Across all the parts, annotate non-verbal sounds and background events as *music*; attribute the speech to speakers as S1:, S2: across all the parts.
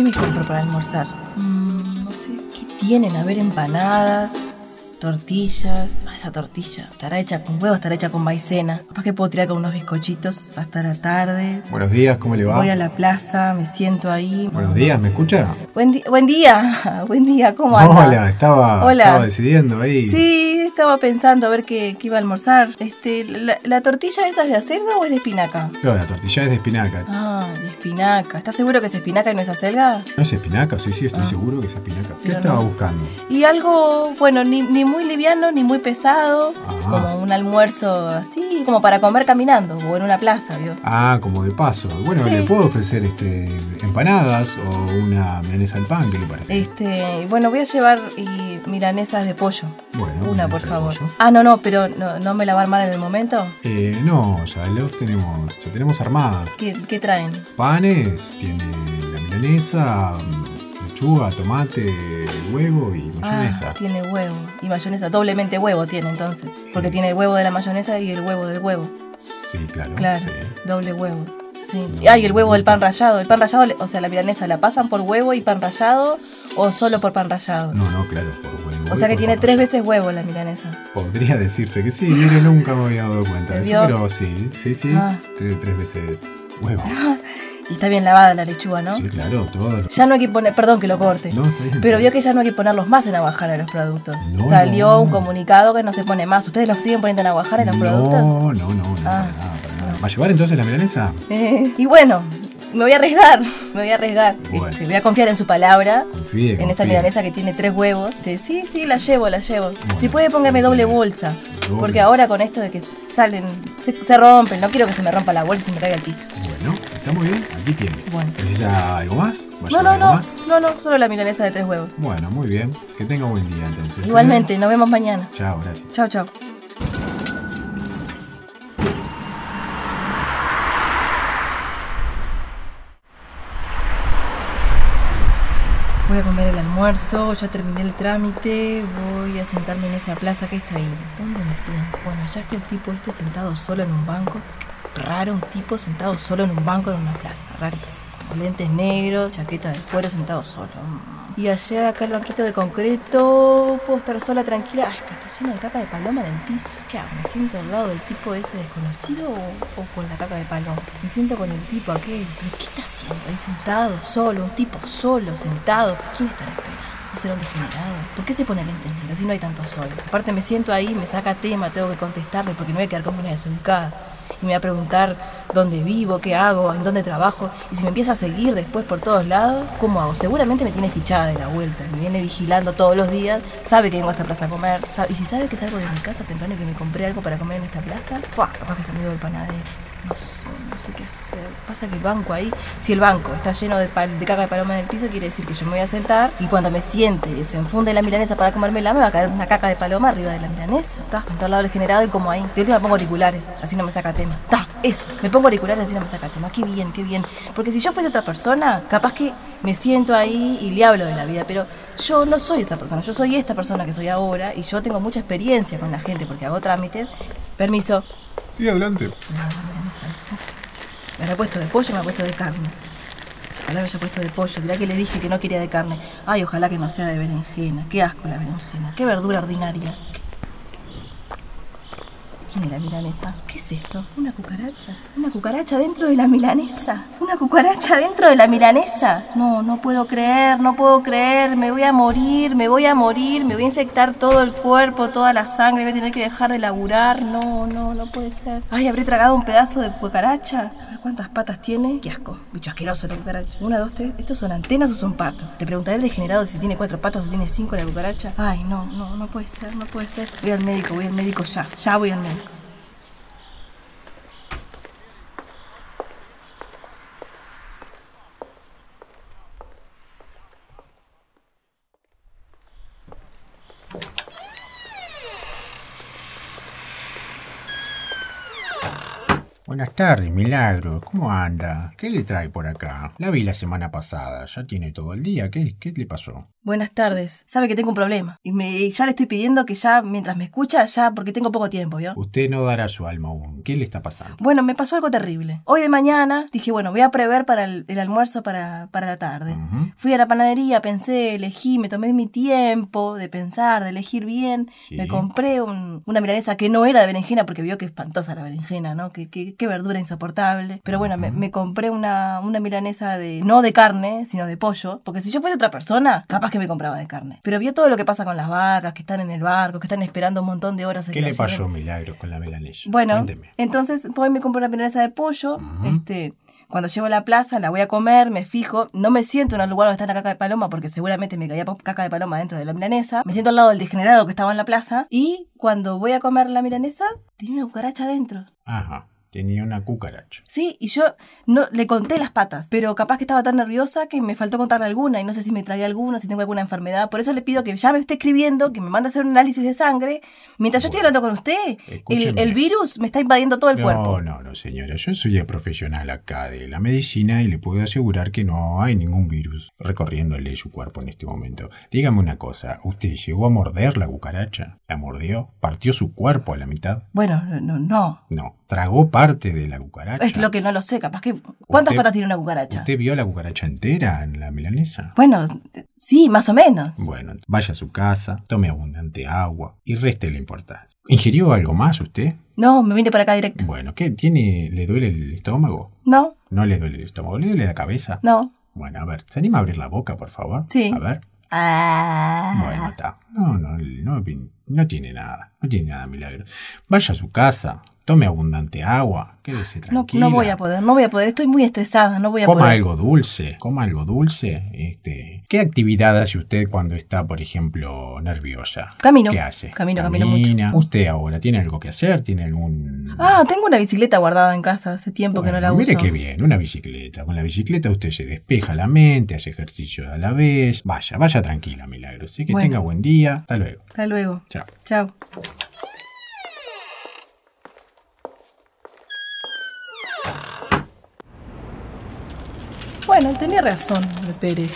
S1: me compro para almorzar? Mm, no sé, ¿qué tienen? A ver, empanadas, tortillas. Ah, esa tortilla. Estará hecha con huevo, estará hecha con maicena. Capaz que puedo tirar con unos bizcochitos hasta la tarde.
S2: Buenos días, ¿cómo le va?
S1: Voy a la plaza, me siento ahí.
S2: Buenos días, ¿me escucha?
S1: Buen, di- buen día, *laughs* buen día, ¿cómo anda?
S2: Hola, estaba,
S1: Hola.
S2: estaba decidiendo ahí.
S1: Sí, estaba pensando a ver qué, qué iba a almorzar. Este, la, la tortilla esa es de acelga o es de espinaca?
S2: No, la tortilla es de espinaca.
S1: Ah, de espinaca. ¿Estás seguro que es espinaca y no es acelga?
S2: ¿No es espinaca? Sí, sí, estoy
S1: Ah.
S2: seguro que es espinaca. ¿Qué
S1: Pero
S2: estaba
S1: no.
S2: buscando?
S1: Y algo, bueno, ni, ni muy liviano ni muy pesado.
S2: Ah.
S1: Como un almuerzo así, como para comer caminando o en una plaza, ¿vio?
S2: Ah, como de paso. Bueno,
S1: Sí.
S2: le puedo ofrecer este empanadas o una milanesa al pan, ¿qué le parece?
S1: Este, bueno, voy a llevar y milanesas de pollo.
S2: bueno,
S1: Una,
S2: milanesa
S1: por
S2: Ah, de
S1: favor.
S2: pollo.
S1: Ah, no, no, pero no, no me la va a armar en el momento.
S2: Eh, no, ya los tenemos, ya tenemos armadas.
S1: ¿Qué, qué traen?
S2: Panes, tiene la milanesa, mm, lechuga, tomate, huevo y mayonesa.
S1: Ah, tiene huevo. Y mayonesa, doblemente huevo tiene entonces. Porque
S2: Sí.
S1: tiene el huevo de la mayonesa y el huevo del huevo.
S2: sí, claro.
S1: Claro.
S2: sí.
S1: Doble huevo. Sí.
S2: No,
S1: y, ah, y el huevo
S2: no.
S1: del pan rallado. El pan rallado, le- o sea, la milanesa, ¿la pasan por huevo y pan rallado o solo por pan rallado?
S2: No, no, claro, por huevo.
S1: o
S2: y
S1: sea que
S2: por
S1: tiene
S2: papaya.
S1: tres veces huevo la milanesa.
S2: Podría decirse que sí, mire, nunca me había dado cuenta de eso,
S1: ¿Vio?
S2: pero sí, sí, sí.
S1: Ah.
S2: Tiene tres veces huevo.
S1: Y está bien lavada la lechuga, ¿no?
S2: Sí, claro, todo. lo-
S1: Ya no hay que poner, perdón que lo corte.
S2: No, está bien.
S1: Pero vio que ya no hay que ponerlos más en aguajara los productos.
S2: No,
S1: Salió
S2: no.
S1: un comunicado que no se pone más. ¿Ustedes los siguen poniendo en aguajara en los productos?
S2: No, no, no, no,
S1: Ah.
S2: para nada, para nada. ¿Va a llevar entonces la milanesa?
S1: Eh, y bueno, me voy a arriesgar, *laughs* me voy a arriesgar.
S2: Bueno.
S1: Este, voy a confiar en su palabra.
S2: Confíe,
S1: En esta
S2: confíe.
S1: milanesa que tiene tres huevos. Este, sí, sí, la llevo, la llevo. Si puede, póngame
S2: muy
S1: doble
S2: bien.
S1: bolsa.
S2: Doble.
S1: Porque ahora con esto de que salen, se, se rompen. No quiero que se me rompa la bolsa y se me caiga el piso.
S2: Bueno, está muy bien, aquí tiene.
S1: Bueno.
S2: ¿Precisa algo más? ¿Va a
S1: No,
S2: llevar
S1: no,
S2: algo
S1: no.
S2: más?
S1: No, no, solo la milanesa de tres huevos.
S2: Bueno, muy bien. Que tenga buen día entonces. ¿eh?
S1: Igualmente, nos vemos mañana.
S2: Chao, gracias.
S1: Chao, chao. Voy a comer el almuerzo, ya terminé el trámite, voy a sentarme en esa plaza que está ahí. ¿Dónde me siento? Bueno, ya está el tipo este sentado solo en un banco. Qué Raro, un tipo sentado solo en un banco en una plaza, rarísimo. Lentes negros, chaqueta de cuero, sentado solo. Mm. Y allá acá el banquito de concreto, puedo estar sola, tranquila. Ay, que está lleno de caca de paloma en el piso. ¿Qué hago? ¿Me siento al lado del tipo ese desconocido o, o con la caca de paloma? Me siento con el tipo aquel. ¿Pero qué está haciendo ahí sentado, solo? Un tipo solo, sentado. ¿Quién estará esperando? ¿O será un degenerado? ¿Por qué se pone lentes negros si no hay tanto sol? Aparte me siento ahí, me saca tema, tengo que contestarle porque no voy a quedar como una desubicada. Y me va a preguntar dónde vivo, qué hago, en dónde trabajo. Y si me empieza a seguir después por todos lados, ¿cómo hago? Seguramente me tiene fichada de la vuelta. Me viene vigilando todos los días, sabe que vengo a esta plaza a comer. sabe- Y si sabe que salgo de mi casa temprano y que me compré algo para comer en esta plaza, ¡buah! capaz que es amigo del panadero. No sé, no sé qué hacer. Pasa que el banco ahí, si el banco está lleno de, pal- de caca de paloma en el piso, quiere decir que yo me voy a sentar y cuando me siente y se enfunde la milanesa para comérmela, me va a caer una caca de paloma arriba de la milanesa. Está, en todo lado del generado y como ahí. De última pongo auriculares, así no me saca tema. Está, eso, me pongo auriculares, así no me saca tema. Qué bien, qué bien. Porque si yo fuese otra persona, capaz que me siento ahí y le hablo de la vida, pero yo no soy esa persona, yo soy esta persona que soy ahora y yo tengo mucha experiencia con la gente porque hago trámites. Permiso.
S2: Sí, adelante.
S1: No, no, no, no salta. Me habrá puesto de pollo, me ha puesto de carne. Ojalá me haya puesto de pollo. Mirá que le dije que no quería de carne. Ay, ojalá que no sea de berenjena. Qué asco la berenjena. Qué verdura ordinaria. Tiene la milanesa. ¿Qué es esto? Una cucaracha. Una cucaracha dentro de la milanesa. Una cucaracha dentro de la milanesa. No, no puedo creer, no puedo creer. Me voy a morir, me voy a morir. Me voy a infectar todo el cuerpo, toda la sangre. Voy a tener que dejar de laburar. No, no, no puede ser. Ay, habré tragado un pedazo de cucaracha. A ver cuántas patas tiene. Qué asco. Bicho asqueroso la cucaracha. Una, dos, tres. ¿Estos son antenas o son patas? Te preguntaré al degenerado si tiene cuatro patas o tiene cinco la cucaracha. Ay, no, no, no puede ser, no puede ser. Voy al médico, voy al médico ya. Ya voy al médico.
S3: Buenas tardes, Milagro. ¿Cómo anda? ¿Qué le trae por acá? La vi la semana pasada. Ya tiene todo el día. ¿Qué, qué le pasó?
S1: Buenas tardes. Sabe que tengo un problema. Y me, y ya le estoy pidiendo que ya, mientras me escucha, ya, porque tengo poco tiempo, ¿vio?
S2: Usted no dará su alma aún. ¿Qué le está pasando?
S1: Bueno, me pasó algo terrible. Hoy de mañana dije, bueno, voy a prever para el, el almuerzo para, para la tarde.
S2: Ujú.
S1: Fui a la panadería, pensé, elegí, me tomé mi tiempo de pensar, de elegir bien.
S2: Sí.
S1: Me compré un- una milanesa que no era de berenjena, porque vio que espantosa la berenjena, ¿no? Qué, qué- qué verdura insoportable. Pero bueno, me,
S2: Ujú.
S1: me compré una, una milanesa de no de carne, sino de pollo. Porque si yo fuese otra persona, capaz que me compraba de carne. Pero vio todo lo que pasa con las vacas, que están en el barco, que están esperando un montón de horas. a
S2: ¿Qué
S1: que
S2: le
S1: las
S2: pasó,
S1: lleven.
S2: Milagros, con la melanesa?
S1: Bueno,
S2: Cuénteme.
S1: entonces hoy me compré una milanesa de pollo.
S2: Ujú.
S1: Este, cuando llego a la plaza, la voy a comer, me fijo. No me siento en el lugar donde está la caca de paloma, porque seguramente me caía po- caca de paloma dentro de la milanesa. Me siento al lado del degenerado que estaba en la plaza. Y cuando voy a comer la milanesa, tiene una cucaracha adentro.
S2: Ajá. Tenía una cucaracha.
S1: Sí, y yo no le conté las patas, pero capaz que estaba tan nerviosa que me faltó contarle alguna y no sé si me tragué alguna, si tengo alguna enfermedad. Por eso le pido que ya me esté escribiendo, que me mande a hacer un análisis de sangre. Mientras yo estoy
S2: Bueno,
S1: hablando con usted, el,
S2: escúcheme.
S1: el virus me está invadiendo todo el cuerpo.
S2: No, no, no, señora. Yo soy el profesional acá de la medicina y le puedo asegurar que no hay ningún virus recorriéndole su cuerpo en este momento. Dígame una cosa. ¿Usted llegó a morder la cucaracha? ¿La mordió? ¿Partió su cuerpo a la mitad?
S1: Bueno, no, no, no.
S2: No. ¿Tragó parte de la cucaracha?
S1: Es lo que no lo sé, capaz que. ¿Cuántas
S2: Usted-
S1: patas tiene una cucaracha?
S2: ¿Usted vio la cucaracha entera en la milanesa?
S1: Bueno, sí, más o menos.
S2: Bueno, vaya a su casa, tome abundante agua y reste la importancia. ¿Ingirió algo más usted?
S1: No, me vine para acá directo.
S2: Bueno, ¿qué tiene? ¿Le duele el estómago?
S1: No,
S2: No le duele el estómago, le duele la cabeza.
S1: no.
S2: Bueno, a ver, ¿se anima a abrir la boca, por favor?
S1: Sí.
S2: A ver.
S1: Ah.
S2: Bueno, está. No, no, no, no tiene nada. No tiene nada, milagro. Vaya a su casa, tome abundante agua, quédese
S1: no,
S2: tranquila.
S1: no voy a poder, no voy a poder. Estoy muy estresada, no voy a
S2: Coma
S1: poder.
S2: algo dulce, coma algo dulce. Este, ¿Qué actividad hace usted cuando está, por ejemplo, nerviosa?
S1: Camino.
S2: ¿Qué hace?
S1: Camino, camino mucho.
S2: ¿Usted ahora tiene algo que hacer? ¿Tiene algún...?
S1: Ah, tengo una bicicleta guardada en casa, hace tiempo que no la
S2: Bueno,
S1: uso.
S2: Mire qué bien, una bicicleta. Con la bicicleta usted se despeja la mente, hace ejercicio a la vez. Vaya, vaya tranquila, Milagros. Así que
S1: Bueno.
S2: tenga buen día. Hasta luego.
S1: Hasta luego.
S2: Chao.
S1: Chao. Bueno, tenía razón, el Pérez,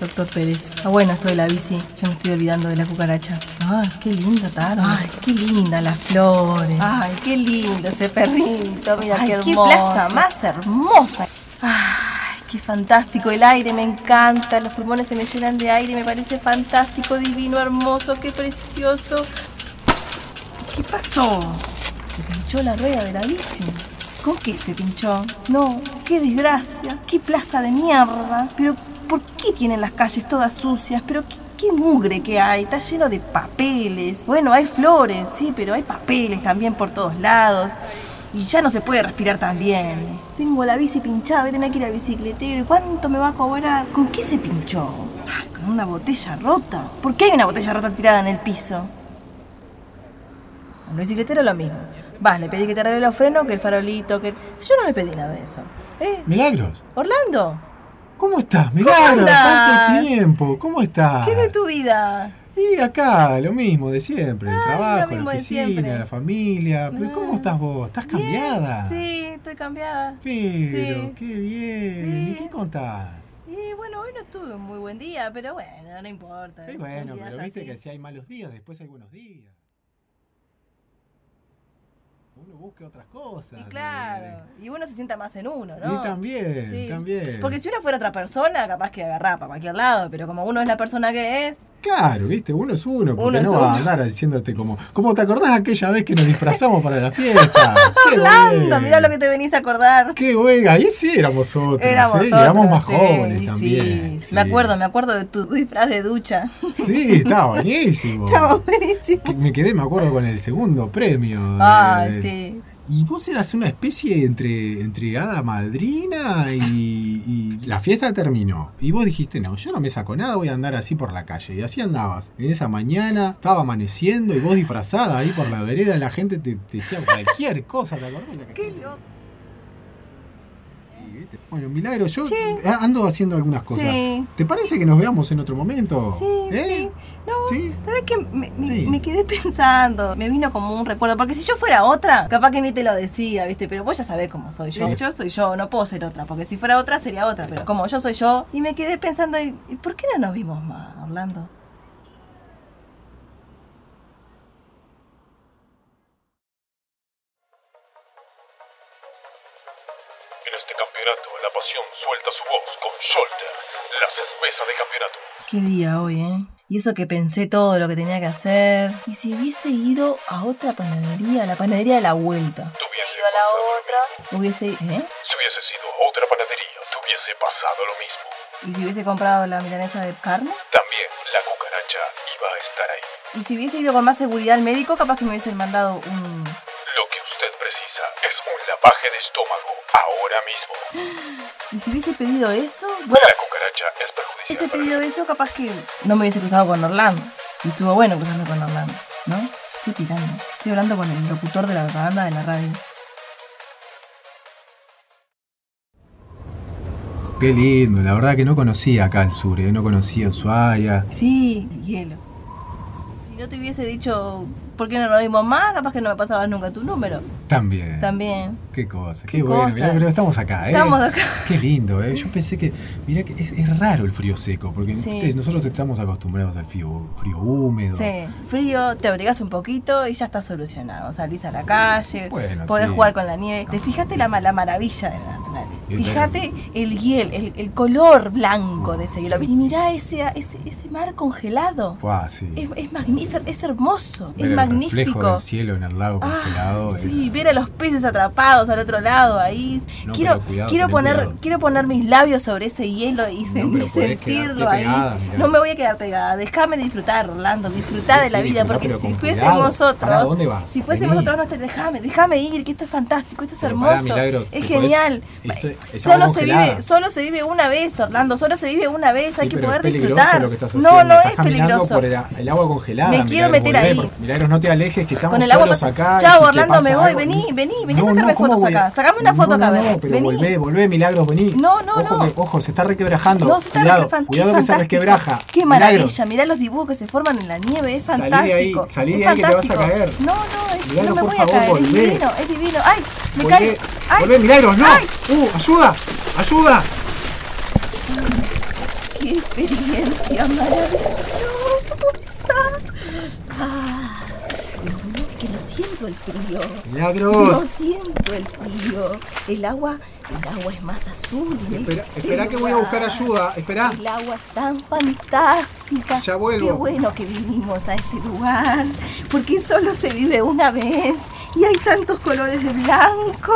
S1: doctor Pérez. Ah, bueno, esto de la bici, ya me estoy olvidando de la cucaracha. Ah, qué linda tarde. Ay, qué linda las flores. Ay, qué lindo ese perrito, mira
S4: Ay,
S1: qué
S4: qué
S1: hermoso.
S4: plaza
S1: más hermosa. Ay, qué fantástico el aire, me encanta. Los pulmones se me llenan de aire, me parece fantástico, divino, hermoso, qué precioso. ¿Qué pasó? Se pinchó la rueda de la bici. ¿Con qué se pinchó? No, qué desgracia, qué plaza de mierda. Pero, ¿por qué tienen las calles todas sucias? Pero, ¿qué, qué mugre que hay? Está lleno de papeles. Bueno, hay flores, sí, pero hay papeles también por todos lados. Y ya no se puede respirar tan bien. Tengo la bici pinchada, voy a tener que ir al bicicletero. ¿Y cuánto me va a cobrar? ¿Con qué se pinchó? Ah, Con una botella rota. ¿Por qué hay una botella rota tirada en el piso? Al bicicletero lo mismo. Vas, le pedí que te arregle los frenos, que el farolito, que... Yo no le pedí nada de eso. ¿Eh?
S2: Milagros,
S1: Orlando,
S2: ¿cómo estás? Milagros,
S1: andás?
S2: tanto tiempo. ¿Cómo estás?
S1: ¿qué de tu vida?
S2: Y acá, lo mismo de siempre. El
S1: Ay, lo
S2: trabajo, la
S1: mismo de
S2: oficina,
S1: siempre.
S2: la familia. Pero
S1: Ah.
S2: ¿cómo estás vos? ¿Estás
S1: Bien,
S2: cambiada?
S1: Sí, estoy cambiada.
S2: Pero,
S1: Sí.
S2: qué bien.
S1: Sí.
S2: ¿Y qué contás?
S1: Y bueno, hoy no tuve un muy buen día, pero bueno, no importa.
S2: Y
S1: son
S2: bueno,
S1: días
S2: pero viste
S1: así.
S2: que si hay malos días, después hay buenos días. Uno busca otras cosas.
S1: Y
S2: ¿no?
S1: claro, y uno se sienta más en uno, ¿no?
S2: Y también,
S1: Sí,
S2: también.
S1: Porque si uno fuera otra persona, capaz que agarraba para cualquier lado, pero como uno es la persona que es,
S2: Claro, viste, uno es uno, porque
S1: Uno es
S2: no va a
S1: uno.
S2: andar diciéndote como, como te acordás aquella vez que nos disfrazamos para
S1: *laughs*
S2: la fiesta. ¡Qué
S1: Orlando,
S2: bueno!
S1: mirá lo que te venís a acordar.
S2: Qué bueno, ahí sí éramos otros,
S1: Éramos
S2: ¿eh? Y éramos
S1: otros,
S2: más
S1: sí,
S2: jóvenes
S1: sí.
S2: también. sí.
S1: Me acuerdo, me acuerdo de tu disfraz de ducha.
S2: Sí, estaba
S1: *laughs*
S2: buenísimo.
S1: Estaba buenísimo.
S2: Que Me quedé, me acuerdo, con el segundo premio.
S1: Ay,
S2: Eh,
S1: sí.
S2: Y vos eras una especie entre, entre hada madrina y, y la fiesta terminó. Y vos dijiste, no, yo no me saco nada, voy a andar así por la calle. Y así andabas. En esa mañana estaba amaneciendo y vos disfrazada ahí por la vereda, la gente te, te decía cualquier cosa, ¿te acordás?
S1: Qué loco.
S2: Y ¿viste? Bueno, Milagro, yo a- ando haciendo algunas cosas.
S1: Sí.
S2: ¿Te parece que nos veamos en otro momento?
S1: Sí,
S2: ¿Eh?
S1: sí. No,
S2: ¿Sí?
S1: ¿sabes qué? Me, me-
S2: Sí.
S1: me quedé *laughs* pensando. Me vino como un recuerdo. Porque si yo fuera otra, capaz que ni te lo decía, ¿viste? Pero vos ya sabés cómo soy yo.
S2: Sí.
S1: Yo soy yo, no puedo ser otra. Porque si fuera otra, sería otra. Pero como yo soy yo. Y me quedé pensando, ¿y y por qué no nos vimos más, Orlando?
S5: En este campeonato, la pasión suelta su voz con Solter, la cerveza de campeonato.
S6: Qué día hoy, ¿eh? Y eso que pensé todo lo que tenía que hacer. Y si hubiese ido a otra panadería, a la panadería de la vuelta,
S5: Te hubiese pasado lo mismo.
S6: hubiese. ¿Eh?
S5: Si hubiese sido otra panadería, te hubiese pasado lo mismo.
S1: ¿Y si hubiese comprado la milanesa de carne?
S5: También la cucaracha iba a estar ahí.
S1: ¿Y si hubiese ido con más seguridad al médico, capaz que me hubiesen mandado un...
S5: Lo que usted precisa es un lavaje de estómago ahora mismo.
S1: ¿Y si hubiese pedido eso? Bueno,
S5: La cucaracha es
S1: hubiese
S5: perjudicial.
S1: pedido eso, capaz que no me hubiese cruzado con Orlando. Y estuvo bueno cruzarme con Orlando, ¿no? Estoy pirando. Estoy hablando con el locutor de la propaganda de la radio.
S2: Qué lindo, la verdad que no conocía acá el sur, ¿eh? no conocía Ushuaia.
S1: Sí, el hielo. Si no te hubiese dicho por qué no nos vimos más, capaz que no me pasabas nunca tu número.
S2: También.
S1: También.
S2: Qué cosa, qué,
S1: Qué
S2: bueno.
S1: cosa.
S2: mirá, pero estamos acá, ¿eh?
S1: Estamos acá.
S2: Qué lindo, ¿eh? Yo pensé que. Mirá que es, es raro el frío seco, porque
S1: Sí.
S2: viste, nosotros estamos acostumbrados al frío, frío húmedo.
S1: Sí, frío, te abrigás un poquito y ya está solucionado. Salís a la calle,
S2: Bueno,
S1: podés
S2: sí.
S1: jugar con la nieve. Te
S2: No,
S1: fijaste
S2: sí.
S1: la, ma- la maravilla de la naturaleza.
S2: Sí,
S1: Fijate el hiel, el, el color blanco de ese hielo.
S2: Sí,
S1: Y mirá ese, ese, ese mar congelado.
S2: Fua, sí.
S1: Es, es magnífico, es hermoso, es
S2: Ver el reflejo
S1: magnífico.
S2: del cielo en el lago
S1: Ah,
S2: congelado.
S1: sí,
S2: es-
S1: ver a los peces atrapados al otro lado ahí.
S2: No,
S1: quiero,
S2: pero cuidado,
S1: quiero
S2: tené
S1: poner,
S2: cuidado.
S1: quiero poner mis labios sobre ese hielo y, sen-
S2: No, pero
S1: y
S2: podés quedarte
S1: sentirlo ahí.
S2: pegada, mirá.
S1: no me voy a quedar pegada. Déjame disfrutar, Orlando. Disfrutar
S2: Sí,
S1: de la
S2: sí,
S1: vida,
S2: disfrutá,
S1: porque
S2: pero
S1: si
S2: con
S1: fuésemos
S2: cuidado. Pará,
S1: otros,
S2: ¿dónde vas?
S1: si fuésemos
S2: Vení.
S1: otros, no te déjame, déjame ir, que esto es fantástico, esto es
S2: Pero pará,
S1: hermoso,
S2: Milagro,
S1: es
S2: después-
S1: genial.
S2: eso- esa
S1: solo
S2: agua
S1: se
S2: congelada.
S1: vive, solo se vive una vez, Orlando. Solo se vive una vez.
S2: Sí,
S1: Hay que
S2: pero
S1: poder
S2: es peligroso
S1: disfrutar.
S2: Lo que estás
S1: no,
S2: haciendo.
S1: no
S2: estás
S1: es
S2: caminando
S1: peligroso.
S2: Por el, el agua congelada.
S1: Me quiero meter
S2: volvé,
S1: ahí.
S2: por- Milagros, no te alejes, que estamos
S1: Con el agua
S2: solos
S1: con- Chao,
S2: acá. y si te
S1: Orlando,
S2: pasa
S1: me voy,
S2: algo-
S1: vení, vení, vení a sacarme
S2: ¿cómo
S1: fotos
S2: voy a-
S1: acá? Sacame una
S2: No,
S1: foto acá,
S2: no,
S1: Belén,
S2: No, pero
S1: vení.
S2: volvé, volvé, Milagros, vení.
S1: No, no,
S2: ojo,
S1: no.
S2: que- ojo, se está requebrajando.
S1: No, se está
S2: cuidado,
S1: refan- qué
S2: cuidado que se
S1: fantástico.
S2: resquebraja.
S1: Qué maravilla,
S2: Milagros,
S1: mirá los dibujos que se forman en la nieve, es
S2: Salí de ahí,
S1: fantástico.
S2: salí de
S1: es
S2: ahí que te vas a
S1: fantástico.
S2: caer.
S1: No, no, es,
S2: Milagro,
S1: no me
S2: por
S1: voy
S2: favor,
S1: a caer,
S2: volvé.
S1: es divino, es divino. Ay, me
S2: volvé,
S1: caigo. Ay,
S2: volvé, Milagros, no.
S1: Ay.
S2: Uh, ayuda, ayuda.
S1: qué experiencia maravillosa. Ah, lo bueno es que no siento el frío.
S2: Milagros.
S1: No siento el frío. El agua, el agua es más azul. en
S2: Espera,
S1: este
S2: espera que voy a buscar
S1: lugar.
S2: ayuda. Espera.
S1: El agua es tan fantástica.
S2: Ya vuelvo.
S1: Qué bueno que vinimos a este lugar, porque solo se vive una vez y hay tantos colores de blanco.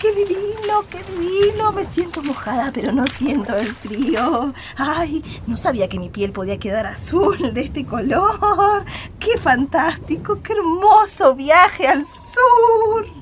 S1: Qué divino, qué divino. Me siento mojada, pero no siento el frío. Ay, no sabía que mi piel podía quedar azul de este color. Qué fantástico, qué hermoso viaje al sur.